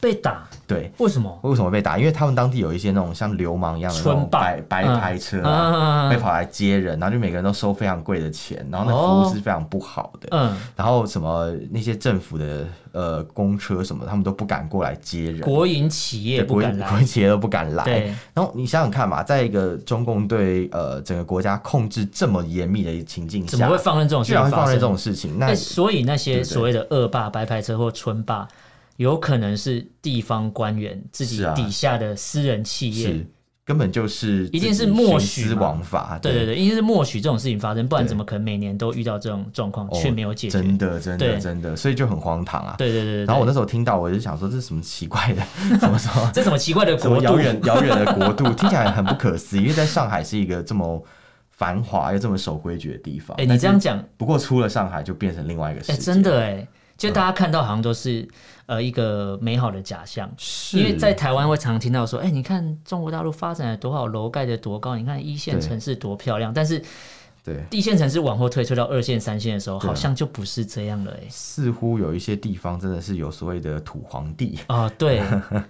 A: 被打？
B: 对，
A: 为什么？
B: 为什么被打？因为他们当地有一些那种像流氓一样的那种
A: 村霸
B: 白白
A: 嗯
B: 牌车啊，
A: 啊
B: 会跑来接人，然后就每个人都收非常贵的钱，然后那服务是非常不好的。
A: 嗯，
B: 然后什么那些政府的呃公车什么，他们都不敢过来接人，
A: 国营企业
B: 对
A: 不
B: 国
A: 敢
B: 国
A: 来，
B: 营企业都不敢来。
A: 对，
B: 然后你想想看嘛，在一个中共对呃整个国家控制这么严密的情境
A: 怎么
B: 下
A: 会，放任这种事
B: 居然
A: 情
B: 会放
A: 发生
B: 任这？种事情，那
A: 哎，所以那
B: 对
A: 些
B: 不对
A: 所谓的恶霸、白牌车或村霸，有可能是地方官员自己
B: 是啊
A: 底下的私人企业
B: 是。根本就是
A: 一定是
B: 自己
A: 默
B: 徇
A: 许
B: 私
A: 嘛
B: 枉法。
A: 对对对，因为是默许这种事情发生，不然
B: 对
A: 怎么可能每年都遇到这种状况
B: 哦
A: 却没有解决？
B: 真的真的
A: 对
B: 真的，所以就很荒唐啊。
A: 对对对对。
B: 然后我那
A: 对
B: 时候听到，我就想说这是什么奇怪
A: [laughs]
B: 的，什么什么
A: 这什么奇怪的
B: 什么
A: 国
B: 遥
A: 度？
B: 远遥远的
A: [laughs]
B: 国度，听起来很不可思议。因为在上海是一个这么繁华又这么守规矩的地方。
A: 哎，你这样，讲，
B: 不过出了上海就变成另外一个世界。
A: 哎，真，的哎，就大家看到好像都是呃一个美好的假象。
B: 是
A: 因为在台湾会常听到说，哎、你看中国大陆发展的多好，楼盖的多高，你看一线
B: 对
A: 城市多漂亮，但是
B: 对，
A: 一线城市往后退退到二线、三线的时候，
B: 对啊
A: 好像就不是这样了、哎。
B: 似乎有一些地方真的是有所谓的土皇帝。
A: 啊，
B: [laughs]
A: 对，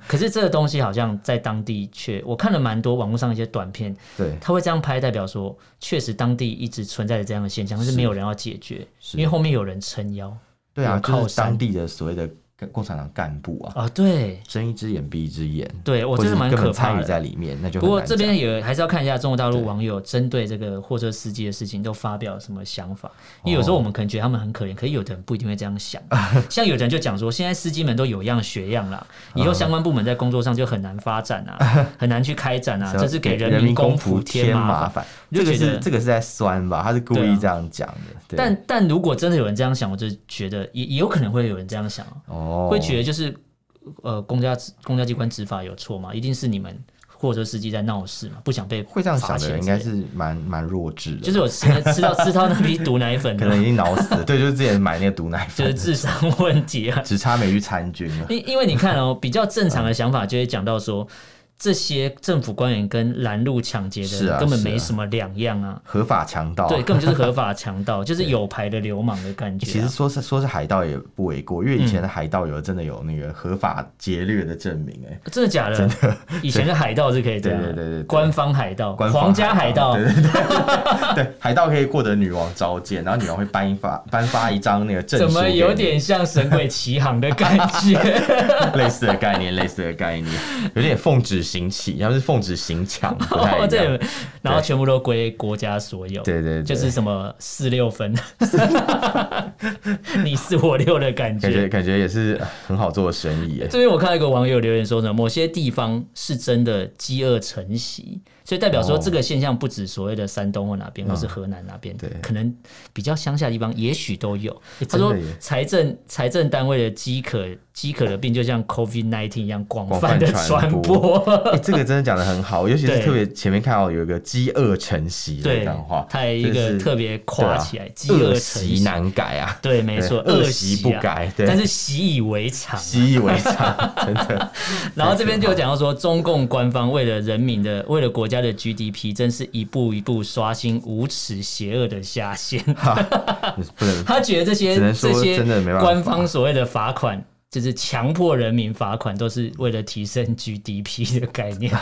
A: 可是这个东西好像在当地却，我看了蛮多网络上一些短片，
B: 对，
A: 他会这样拍，代表说确实当地一直存在着这样的现象，但是
B: 是
A: 没有人要解决，
B: 是
A: 因为后面有人撑腰
B: 对啊，
A: 有靠
B: 就是当
A: 山
B: 地的所谓的干共产党干部啊，
A: 啊，对，
B: 睁一只眼闭一只眼，
A: 对我
B: 或
A: 真的
B: 者是
A: 蛮
B: 根
A: 可
B: 本
A: 怕
B: 参与
A: 的。
B: 在里面，那就
A: 不
B: 很
A: 过
B: 难
A: 这边
B: 讲
A: 也还是要看一下中国大
B: 对
A: 陆网友针对这个货车司机的事情都发表了什么想法，因为有时候
B: 哦
A: 我们可能觉得他们很可怜，可是有的人不一定会这样想。啊像有的人就讲说，现在司机们都有样学样啦，以
B: 嗯
A: 后相关部门在工作上就很难发展
B: [laughs]
A: 啊，很难去开展啊，
B: 是要
A: 这是给
B: 人
A: 民
B: 公
A: 仆
B: 添
A: 麻
B: 麻
A: 烦。
B: 烦。
A: 就
B: 这个
A: 觉
B: 是
A: 得
B: 这个是在酸吧？他是故
A: 对
B: 意
A: 啊
B: 这样讲的。对
A: 但但如果真的有人这样想，我就觉得也也有可能会有人这样想哦，
B: 哦，
A: 会觉得就是呃，公家公家机关执法有错吗？一定是你们货车司机在闹事嘛，不想被
B: 会这样
A: 罚
B: 想的
A: 钱
B: 人应
A: 之类
B: 该是蛮蛮弱智的，
A: 就是我
B: [laughs]
A: 吃了吃到吃到那批毒奶粉
B: 可能已
A: 啊，
B: 经脑死了。对，就是之前买那个毒奶
A: [laughs] 就是
B: 粉，
A: 智商问题啊。
B: 只差没去参军了。
A: 因因为你看哦，比较正常的想法就会讲到说，这些政府官员跟拦路抢劫的
B: 是
A: 人
B: 啊
A: 根本
B: 是啊
A: 没什么两样啊，
B: 合法强盗啊、
A: 对，根本就是合
B: [laughs]
A: 法强盗，就是有牌的流氓的感觉啊、嗯
B: 欸其实说是说是海盗也不为过，因为以前的海盗有真的有那个合法劫掠的证明、哎、
A: 真的假的？真的，以前的海盗是可以这样的，啊
B: 对对对对对
A: 官方海盗、
B: 官方
A: 皇家海盗
B: 对，对对对，海盗可以获得女王召见，然后女王会颁发颁发一张那个证书，
A: 怎么有点像《神鬼奇航》的感觉？
B: 类似的概念，类似的概念，有点奉旨行乞，要是奉旨行抢， [laughs] 不
A: [laughs]
B: 太一样。
A: 对，哦然后全部都归国家所有，
B: 对对对
A: 就是什么四六分， [laughs] 你四我六的感
B: 感觉
A: 觉。
B: 感觉也是很好做的生意、
A: [laughs]
B: 哎
A: 这边我看到一个网友留言说呢，某些地方是真的饥饿成习，所以代表说
B: 哦
A: 这个现象不止所谓的山东或哪边，或是河南哪边，
B: 啊对
A: 可能比较乡下的地方也许都有。他
B: 真的
A: 说
B: 耶
A: 财政财政单位的饥渴饥渴的病就像 COVID nineteen 一样广
B: 广
A: 泛
B: 泛
A: 的
B: 传
A: 传
B: 播
A: 播。 [laughs]
B: 欸这个真的讲的很好，尤其是
A: 对
B: 特别前面看到有一个饥饿成习的
A: 对
B: 这样的话，，
A: 他一
B: 就
A: 个
B: 是
A: 特别
B: 对
A: 夸
B: 啊
A: 起来，饥
B: 恶
A: 饿成
B: 习难改啊，
A: 对，没错，
B: 对恶
A: 习
B: 习不
A: 啊
B: 改对
A: 但是习以为常。
B: 习以为常，
A: [laughs]
B: 真的
A: 然后这边就有讲到说，中共官方为了人民的，为了国家的 GDP，真是一步一步刷新无耻邪恶的下
B: [laughs]
A: 限。
B: 不能
A: 他觉得这些
B: 只能说
A: 这些
B: 真的没办法
A: 官方所谓的罚款。就是强迫人民罚款，都是为了提升 GDP 的概
B: [laughs]
A: 念。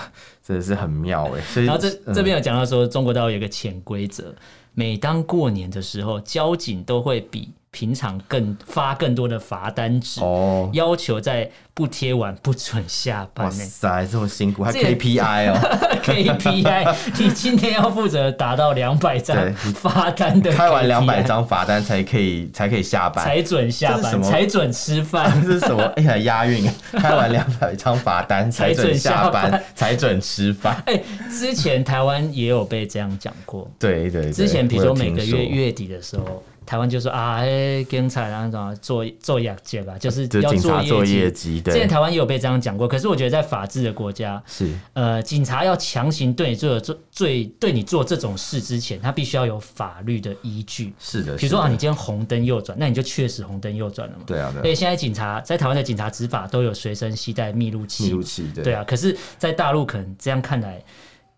B: 真的是很妙哎、所以
A: 然后这这边
B: 嗯
A: 有讲到说，中国大陆有一个潜规则，每当过年的时候，交警都会比平常更发更多的罚单纸，
B: 哦，
A: 要求在不贴完不准下班
B: 哇
A: 呢、
B: 塞，这么辛苦，还
A: 这也 [laughs]
B: KPI 哦， [laughs]
A: KPI，你今天要负责达到两百张
B: 对
A: 罚单的 KPI，
B: 开完两百张罚单才可以才可以下班。
A: 才准下
B: 这是什
A: 班，
B: 么
A: 才准吃饭。
B: [laughs] 这是什么？哎呀，押韵！开完两百张罚单才
A: 才准
B: 准
A: 下
B: 下班
A: 班，
B: 才准吃饭。
A: 哎、之前台湾也有被这样讲过。
B: 对对对，
A: 之前比如
B: 我有
A: 说每
B: 听
A: 个
B: 说
A: 月月底的时候，台湾就说啊，哎，警察然后什么做做业绩吧，就是
B: 就
A: 要
B: 警察
A: 做
B: 做
A: 业
B: 业
A: 绩。
B: 绩，
A: 之前
B: 对，
A: 台湾也有被这样讲过，可是我觉得在法治的国家，
B: 是
A: 呃，警察要强行对你做做最对你做这种事之前，他必须要有法律的依据。
B: 是的。
A: 比如说
B: 是的
A: 啊，你今天红灯右转，那你就确实红灯右转了嘛。
B: 对啊对
A: 所
B: 啊，
A: 以现在警察在台湾的警察执法都有随身携带密录器
B: 密
A: 嘛，
B: 录器对
A: 对啊。可是，在大陆可能这样看来，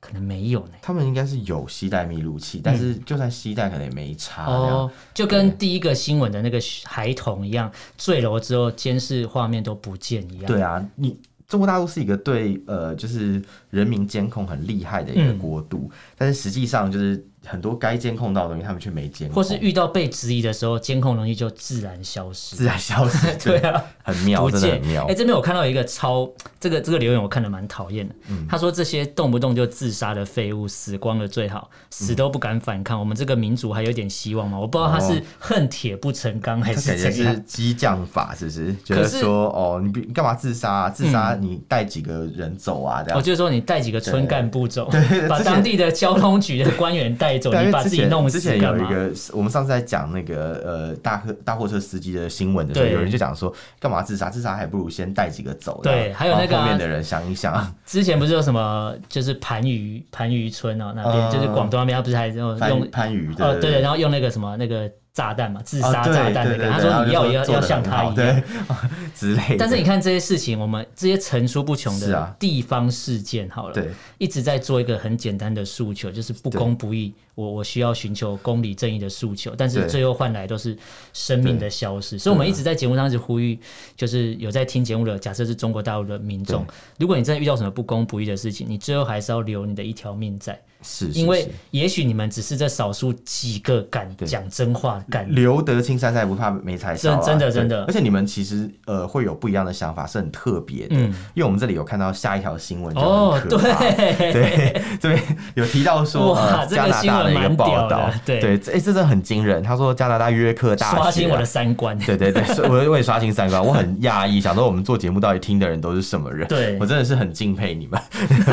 A: 可能没有呢。
B: 他们应该是有吸带密录器，但是就算吸带可能也没差。
A: 嗯哦，就跟第一个新闻的那个孩童一样，坠楼之后监视画面都不见一样。
B: 这样，对啊，你中国大陆是一个对呃，就是人民监控很厉害的一个
A: 嗯
B: 国度，但是实际上就是很多该监控到的东西，他们却没监控，
A: 或是遇到被质疑的时候，监控容易就自然消失
B: 自。然消失。
A: [laughs] 对啊，
B: 很妙，
A: 不
B: 真的
A: 见
B: 很。妙
A: 哎、。这边我看到一个超这个这个留言，我看的蛮讨厌的。他说这些动不动就自杀的废物，死光了最好，死都不敢反抗。我们这个民族还有点希望吗？我不知道他是
B: 哦
A: 恨铁不成钢还
B: 他哎感觉
A: 怎
B: 是
A: 样。
B: 激将法，是不是？觉
A: 可
B: 得
A: 是
B: 说哦，你不你干嘛自杀、啊？自杀你带几个人走啊？这
A: 我
B: 样。
A: 哦就是说，你带几个村干部走
B: 对，对
A: 把
B: 之前
A: 当地的交通局的官员带走，
B: 对啊
A: 你
B: 因为
A: 把
B: 之
A: 自己
B: 前
A: 弄
B: 之
A: 死
B: 前
A: 干
B: 有一
A: 嘛？
B: 个，我们上次在讲那个呃大客大货车司机的新闻的时候，
A: 对
B: 有人就讲说，干嘛自杀？自杀还不如先带几个走。
A: 对
B: 这样
A: 还有
B: 然后
A: 那个啊
B: 后面的人想一想，
A: 之前不是有什么，就是番禺番禺村哦，那边、
B: 嗯
A: 就是广东那边，他不是还有
B: 番
A: 用
B: 番禺的，
A: 呃对对，然后用那个什么那个炸弹嘛，自
B: 啊
A: 杀
B: 对
A: 炸弹那
B: 对
A: 个，
B: 对
A: 他
B: 对然
A: 说
B: 后
A: 你
B: 就
A: 要也要
B: 做
A: 要
B: 得
A: 像
B: 很
A: 他
B: 好
A: 一样。
B: 对 [laughs] 之类的。
A: 但是你看这些事情，我们这些层出不穷
B: 是
A: 的
B: 啊
A: 地方事件，好了，
B: 对
A: 一直在做一个很简单的诉求，就是不公不义，我我需要寻求公理正义的诉求，但是
B: 对
A: 最后换来都是生命的消失。所以，我们一直在节目上一直呼吁，就是有在听节目的，假设是中国大陆的民众
B: 对，
A: 如果你真的遇到什么不公不义的事情，你最后还是要留你的一条命在，
B: 是是
A: 因为
B: 是
A: 也许你们只是这少数几个敢
B: 对
A: 讲真话、敢
B: 留得青山在，不怕没柴烧、啊。
A: 真真的
B: 对
A: 真的
B: 而且你们其实呃会有不一样的想法，是很特别的。
A: 嗯
B: 因为我们这里有看到下一条新闻就
A: 哦，
B: 很可怕。
A: 对。
B: 对，这边有提到说，
A: 哇
B: 呃、
A: 这个
B: 加拿大的一
A: 新闻蛮
B: 个
A: 屌
B: 报
A: 的
B: 道，
A: 对
B: 对，这、哎这真的很惊人。他说加拿大约克大学、
A: [laughs]
B: 啊、
A: 刷新我的三观，
B: 对对对，所以我我也刷新三观，我很讶异，想说我们做节目到底听的人都是什么人？
A: 对
B: 我真的是很敬佩你们， [laughs] 真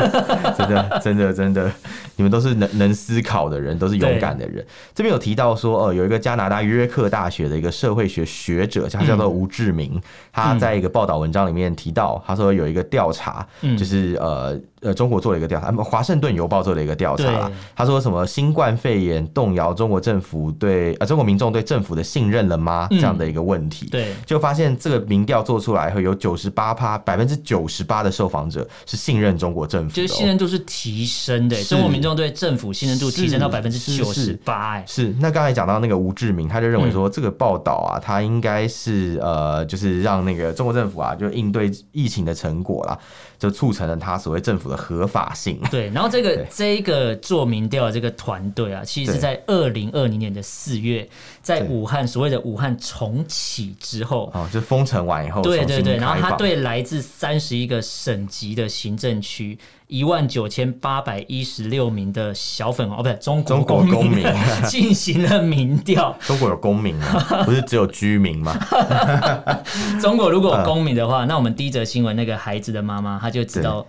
B: 的真的真的，你们都是能能思考的人，都是勇敢的人。这边有提到说，呃，有一个加拿大约克大学的一个社会学学者，他
A: 嗯
B: 叫做吴志明，他在一个报道文章里面提到，他说有一个调查，
A: 嗯
B: 就是呃呃，中国做了一个调查，呃华盛顿邮报做了一个调查啦
A: 对，
B: 他说什么新冠肺炎动摇中国政府对呃中国民众对政府的信任了吗？
A: 嗯
B: 这样的一个问题。
A: 对，
B: 就发现这个民调做出来后，有九十八趴，百分之九十八的受访者是信任中国政府的、
A: 就是
B: 哦，
A: 信任度是提升的、欸
B: 是
A: 中国民众对政府信任度提升到百分之
B: 是
A: 九
B: 是
A: 十
B: 是
A: 八，哎，
B: 是，那刚才讲到那个吴志明，他就
A: 嗯
B: 认为说这个报道啊，他应该是呃，就是让那个中国政府啊，就应对疫情的成果啦，就促成了他所谓政府的合法性。
A: 对，然后这个
B: 对
A: 这一个做民调的这个团队啊，其实是
B: 对
A: 在二零二零年的四月，在
B: 对
A: 武汉所谓的武汉重启之后，
B: 哦，就封城完以后，
A: 对对对，然后
B: 他
A: 他对来自三十一个省级的行政区一万九千八百一十六名的小粉红哦，不是中国
B: 中国
A: 公
B: 公民 [laughs]
A: 进行了民调。
B: 中国有公民
A: [laughs]
B: 吗？不是只有居民吗？
A: 中国如果有公民的话，
B: 嗯
A: 那我们第一则新闻那个孩子的妈妈，她就知道。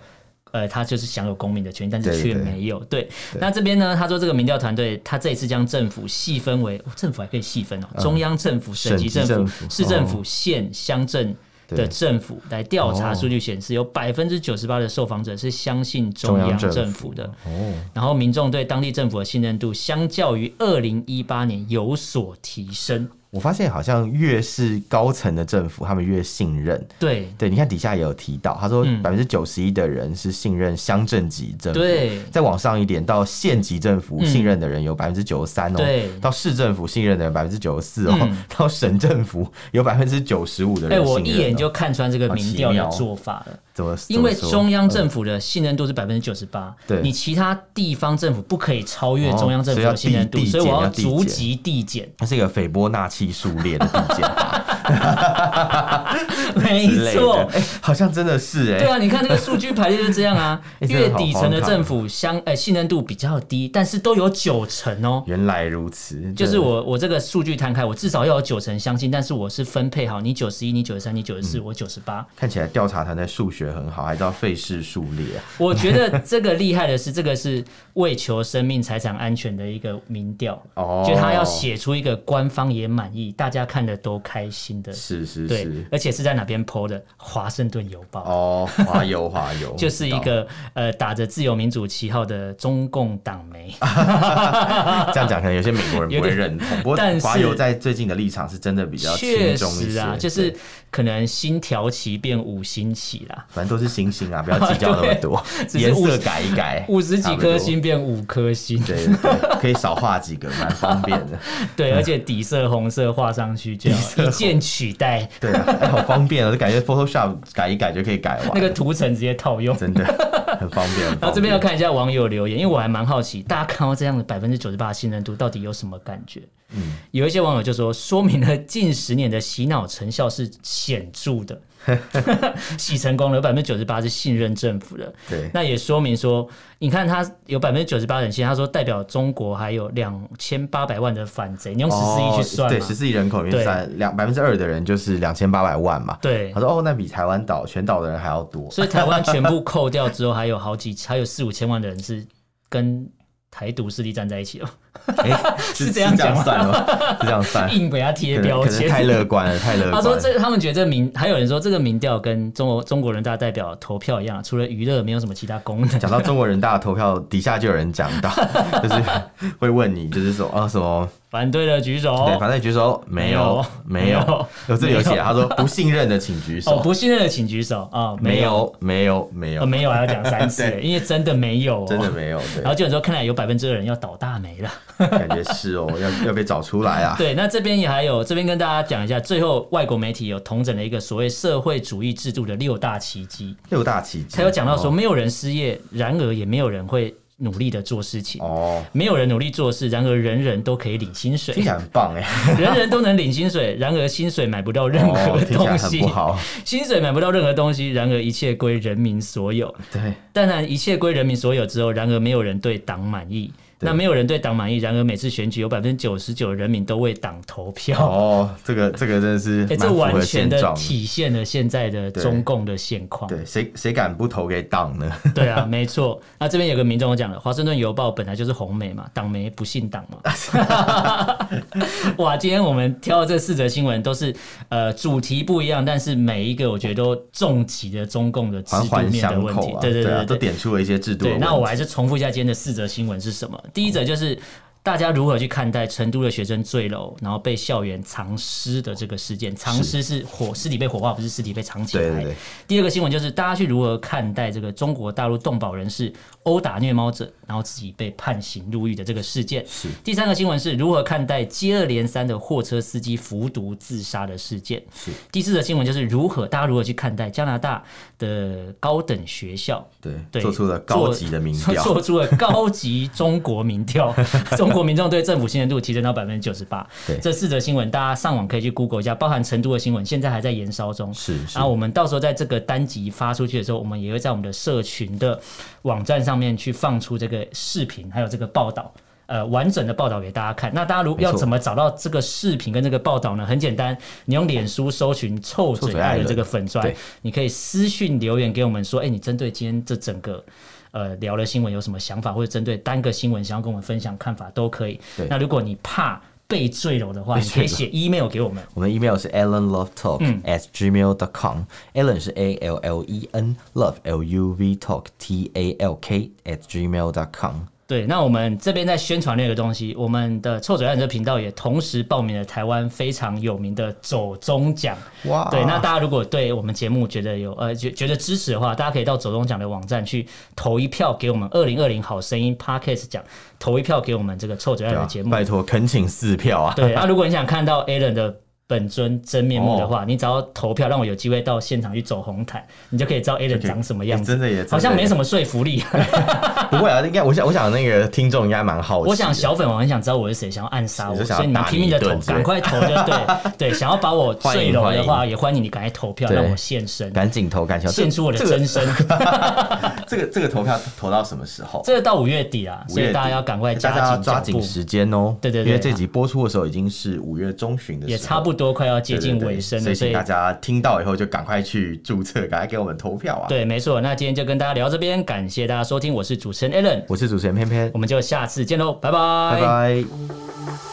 A: 呃，她就是享有公民的权益，但是
B: 对
A: 却
B: 对
A: 没有。对，那这边呢？他说这个民调团队，他这一次将政府细分为、哦政府还可以细分哦，中央政府、省级
B: 嗯省
A: 政府、
B: 级政府哦
A: 市政府、县、乡镇的
B: 对
A: 政府来调查。
B: 哦
A: 数据显示，有百分之九十八的受访者是相信中
B: 中央
A: 央
B: 政
A: 政
B: 府
A: 府的，
B: 哦，
A: 然后民众对当地政府的信任度，相较于二零一八年有所提升。
B: 我发现好像越是高层的政府，他们越信任。
A: 对，
B: 对，你看底下也有提到，他说
A: 嗯
B: 百分之九十一的人是信任乡镇级政府，
A: 对
B: 再往上一点到县级政府
A: 嗯
B: 信任的人有百分之九十三哦，
A: 对
B: 到市政府信任的人百分之九十四哦，
A: 嗯
B: 到省政府有百分之九十五的
A: 哎、
B: 人信任、哦。
A: 我一眼就看穿这个
B: 好
A: 民
B: 奇
A: 调的
B: 妙哦
A: 做法了。
B: 怎么
A: 因为中央政
B: 府
A: 府的信任度是百分之九十八，
B: 嗯对
A: 你其他地方政府不可以超越中央政府
B: 哦
A: 的信任度，
B: 所以要递
A: 所以我
B: 递减
A: 要
B: 要递减 [laughs]
A: 逐级递减。
B: 它是一个斐波那气数列的递减法
A: [laughs] 没
B: 之类的，
A: 错。
B: 哎好像真的是哎、
A: 对啊，你看那个数据排列就这样啊，
B: [laughs] 哎真的
A: 越
B: 好
A: 底层的
B: 荒唐
A: 政府相呃信任度比较低，但是都有九成哦。
B: 原来如此，
A: [laughs] 就是
B: 对
A: 我我这个数据摊开，我至少要有九成相信，但是我是分配好你九十一、你九十三、你九十
B: 嗯
A: 四、我九十八。
B: 看起来调查团的数学很好，还知道费氏数列啊，
A: 我觉得这个厉害的是，这个是为求生命财产安全的一个民调，
B: 哦，
A: 就他要写出一个官方也满意、大家看的都开心的，
B: 是是
A: 对
B: 是，，
A: 而且是在哪边 PO 的？《华盛顿邮报》
B: 哦，滑油滑油，
A: [laughs] 就是一个呃打着自由民主旗号的中共党媒，
B: 啊
A: [laughs]
B: 这样讲，可能有些美国人不会
A: 有点
B: 认同。不过
A: 但是
B: 华油在最近的立场是真的比较
A: 确
B: 轻松一
A: 实
B: 些，
A: 啊，就是可能新条旗变五星旗啦。，
B: 反正都是星星啊，不要计较那么多
A: [laughs] 只是
B: 颜
A: 五
B: 色
A: 十
B: 改一改，
A: [laughs] 五十几颗
B: 差
A: 星变五颗星，
B: 不多。对对对，可以少画几个，蛮方便
A: [laughs]
B: 的。
A: 对，而且底色红色画上去就
B: 底色
A: 一键取代，
B: 对啊，哎好方便啊！就感觉 Photoshop 改一改就可以改完，
A: 那个图层直接套用。
B: 真的很方
A: [laughs]
B: 便。很
A: 然
B: 方
A: 后这边要
B: 便
A: 看一下网友留言，因为我还蛮好奇，大家看到这样的百分之九十八信任度到底有什么感觉？嗯，有一些网友就说，说明了近十年的洗脑成效是显著
B: [laughs]
A: 的，洗成功了，有百分之九十八是信任政府的。
B: 对
A: 那也说明说，你看他有百分之九十八人信，他说代表中国还有两千八百万的反贼，你用十四亿去算
B: 哦对，
A: 嘛
B: 十四亿人口里面算两百分之二的人就是两千八百万嘛。
A: 对
B: 他，说哦，那比台湾岛全岛的人还要多。
A: 所以台湾全部扣掉之后，还有好几，还有四五千万的人是跟台独势力站在一起哦，
B: 哎，
A: [laughs] 是这样讲吗？
B: 算吗？是这样算
A: 硬给他贴
B: 可能
A: 标
B: 可能太
A: 签。
B: 乐观了，太乐观了。
A: 他说这他们觉得这民，还有人说这个民调跟中国中国人大代表投票一样，除了娱乐没有什么其他功能。
B: 讲到中国人大的投票，底下就有人讲
A: [laughs]
B: 到，就是会问你，就是说啊什么，
A: 反对的举手，
B: [laughs] 对，反正你举手没有没有，有这里有写，他说不信任的请举
A: 哦，
B: 手，
A: 不信任的请举手啊，
B: 没有没有没
A: 呃
B: 有，
A: 没有还要讲三
B: [laughs]
A: 次，因为真的没有哦，
B: 真的没有，
A: 然后
B: 对，
A: 就有人说，看来有百分之二人要倒大霉
B: [laughs]
A: 了。
B: 感觉是哦，要要被找出来啊，
A: 对，那这边也还有，这边跟大家讲一下，最后外国媒体有统整了一个所谓社会主义制度的六大奇迹，
B: 六大奇迹，
A: 他有讲到说，没有人失业，然而也没有人会努力的做事情。
B: 哦，
A: 没有人努力做事，然而人人都可以领薪水
B: 听，起来很
A: [laughs]
B: 棒哎，
A: 人人都能领薪水，然而薪水买不到任
B: 哦
A: 何，
B: 听起来
A: 东
B: 很
A: 西，
B: 不好，
A: 薪水买不到任何东西，然而一切归人民所有。
B: 对，
A: 当然，一切归人民所有之后，然而没有人对党满意。
B: 对
A: 那没有人对党满意，然而每次选举有百分之九十九的人民都为党投票。
B: 哦，这个这个真的是
A: 哎、
B: 蛮
A: 这
B: 符
A: 完
B: 合
A: 全
B: 现
A: 的
B: 状，
A: 体现了现在的
B: 对
A: 中共的现况。
B: 对，谁谁敢不投给党呢？
A: [laughs] 对啊，没错。那这边有个民众讲了，《华盛顿邮报》本来就是红媒嘛，党媒不信党嘛。 [laughs] 哇，今天我们挑的这四则新闻都是呃主题不一样，但是每一个我觉得都重击了中共的制
B: 环
A: 度
B: 环
A: 面的
B: 相
A: 问题。
B: 扣啊，
A: 对对对
B: 啊，
A: 对
B: 都点出了一些制度
A: 对，
B: 的问题。
A: 那我还是重复一下今天的四则新闻是什么。第一则就是大家如何去看待成都的学生坠楼，然后被校园藏尸的这个事件。藏尸是火尸体被火化，不是尸体被藏起来。
B: 对对对，
A: 第二个新闻就是大家去如何看待这个中国大陆动保人士殴打虐猫者，然后自己被判刑入狱的这个事件。
B: 是
A: 第三个新闻是如何看待接二连三的货车司机服毒自杀的事件。
B: 是
A: 第四则新闻就是如何大家如何去看待加拿大的高等学校
B: 对，
A: 对
B: 做出了高级的民
A: [laughs]
B: 调，
A: 做出了高级中国民
B: [laughs]
A: 调，中国民众对政府信任度提升到百分之九十八
B: 对。
A: 这四则新闻大家上网可以去 Google 一下，包含成都的新闻，现在还在延烧中。
B: [laughs] 是是
A: 然后我们到时候在这个单集发出去的时候，我们也会在我们的社群的网站上面去放出这个视频，还有这个报道。呃，完整的报道给大家看。那大家如
B: 没错
A: 要怎么找到这个视频跟这个报道呢？很简单，你用脸书搜寻“臭
B: 臭
A: 嘴
B: 嘴
A: 艾
B: 艾
A: 伦”
B: 伦
A: 这个粉砖
B: 对，
A: 你可以私讯留言给我们说，哎、你针对今天这整个呃聊的新闻有什么想法，或者针对单个新闻想要跟我们分享看法都可以
B: 对。
A: 那如果你怕被坠楼的话，
B: 被
A: 你可以
B: 坠
A: 写
B: 楼
A: email 给我们。
B: 我们的 email 是 allenlovetalk
A: 嗯
B: at gmail dot com。Allen 是 A L L E N love L U V talk T A L K at gmail dot com。
A: 对，那我们这边在宣传那个东西，我们的臭嘴艾伦这频道也同时报名了台湾非常有名的走中奖。
B: 哇
A: 对，那大家如果对我们节目觉得有呃觉觉得支持的话，大家可以到走中奖的网站去投一票给我们二零二零好声音 Podcast 奖，投一票给我们这个臭嘴艾
B: 对
A: 伦
B: 啊
A: 的节目。
B: 拜托恳请四票啊！
A: 对，那、如果你想看到 Alan 的本尊真面目的
B: 哦
A: 话，你只要投票让我有机会到现场去走红毯，你就可以知道 Alan 长什么样
B: 欸
A: 子
B: 真。的也
A: 好像没
B: 么。
A: 什么说服力，
B: [laughs] 不会啊，应该我想我想那个听众应该蛮好奇的。
A: 我想小粉王很想知道我是谁，想要暗杀我，
B: 你是想要
A: 所以你们
B: 打
A: 拼命的
B: 你一
A: 投
B: 顿，之类
A: 赶快投就
B: [laughs]
A: 对对，想要把我坠楼
B: 欢
A: 的
B: 迎
A: 话，
B: 欢
A: 也欢迎你赶快投票
B: 对
A: 让我现身，
B: 赶紧投，赶紧投
A: 献出我的
B: 这个
A: 真
B: [laughs]
A: 身。
B: 这个这个投票投到什么时候？
A: 这个到五月底啊，
B: 五
A: 所
B: 月
A: 以
B: 底
A: 大家要赶快
B: 大家
A: 加
B: 要
A: 紧
B: 抓
A: 脚
B: 紧
A: 步，
B: 时间哦。
A: 对对对
B: 因为这集播出的时候已经是五月中旬的时候，
A: 也差不多快要接
B: 对对
A: 近
B: 对
A: 尾声
B: 所
A: 了，
B: 以
A: 所
B: 请
A: 以
B: 大家听到以后就赶快去注册，赶快给我们投票啊！，
A: 对，没错。那今天就跟大家聊到这边，感谢大家收听，我是主持人 Alan，
B: 我是主持人偏偏，
A: 我们就下次见喽，拜拜
B: 拜拜。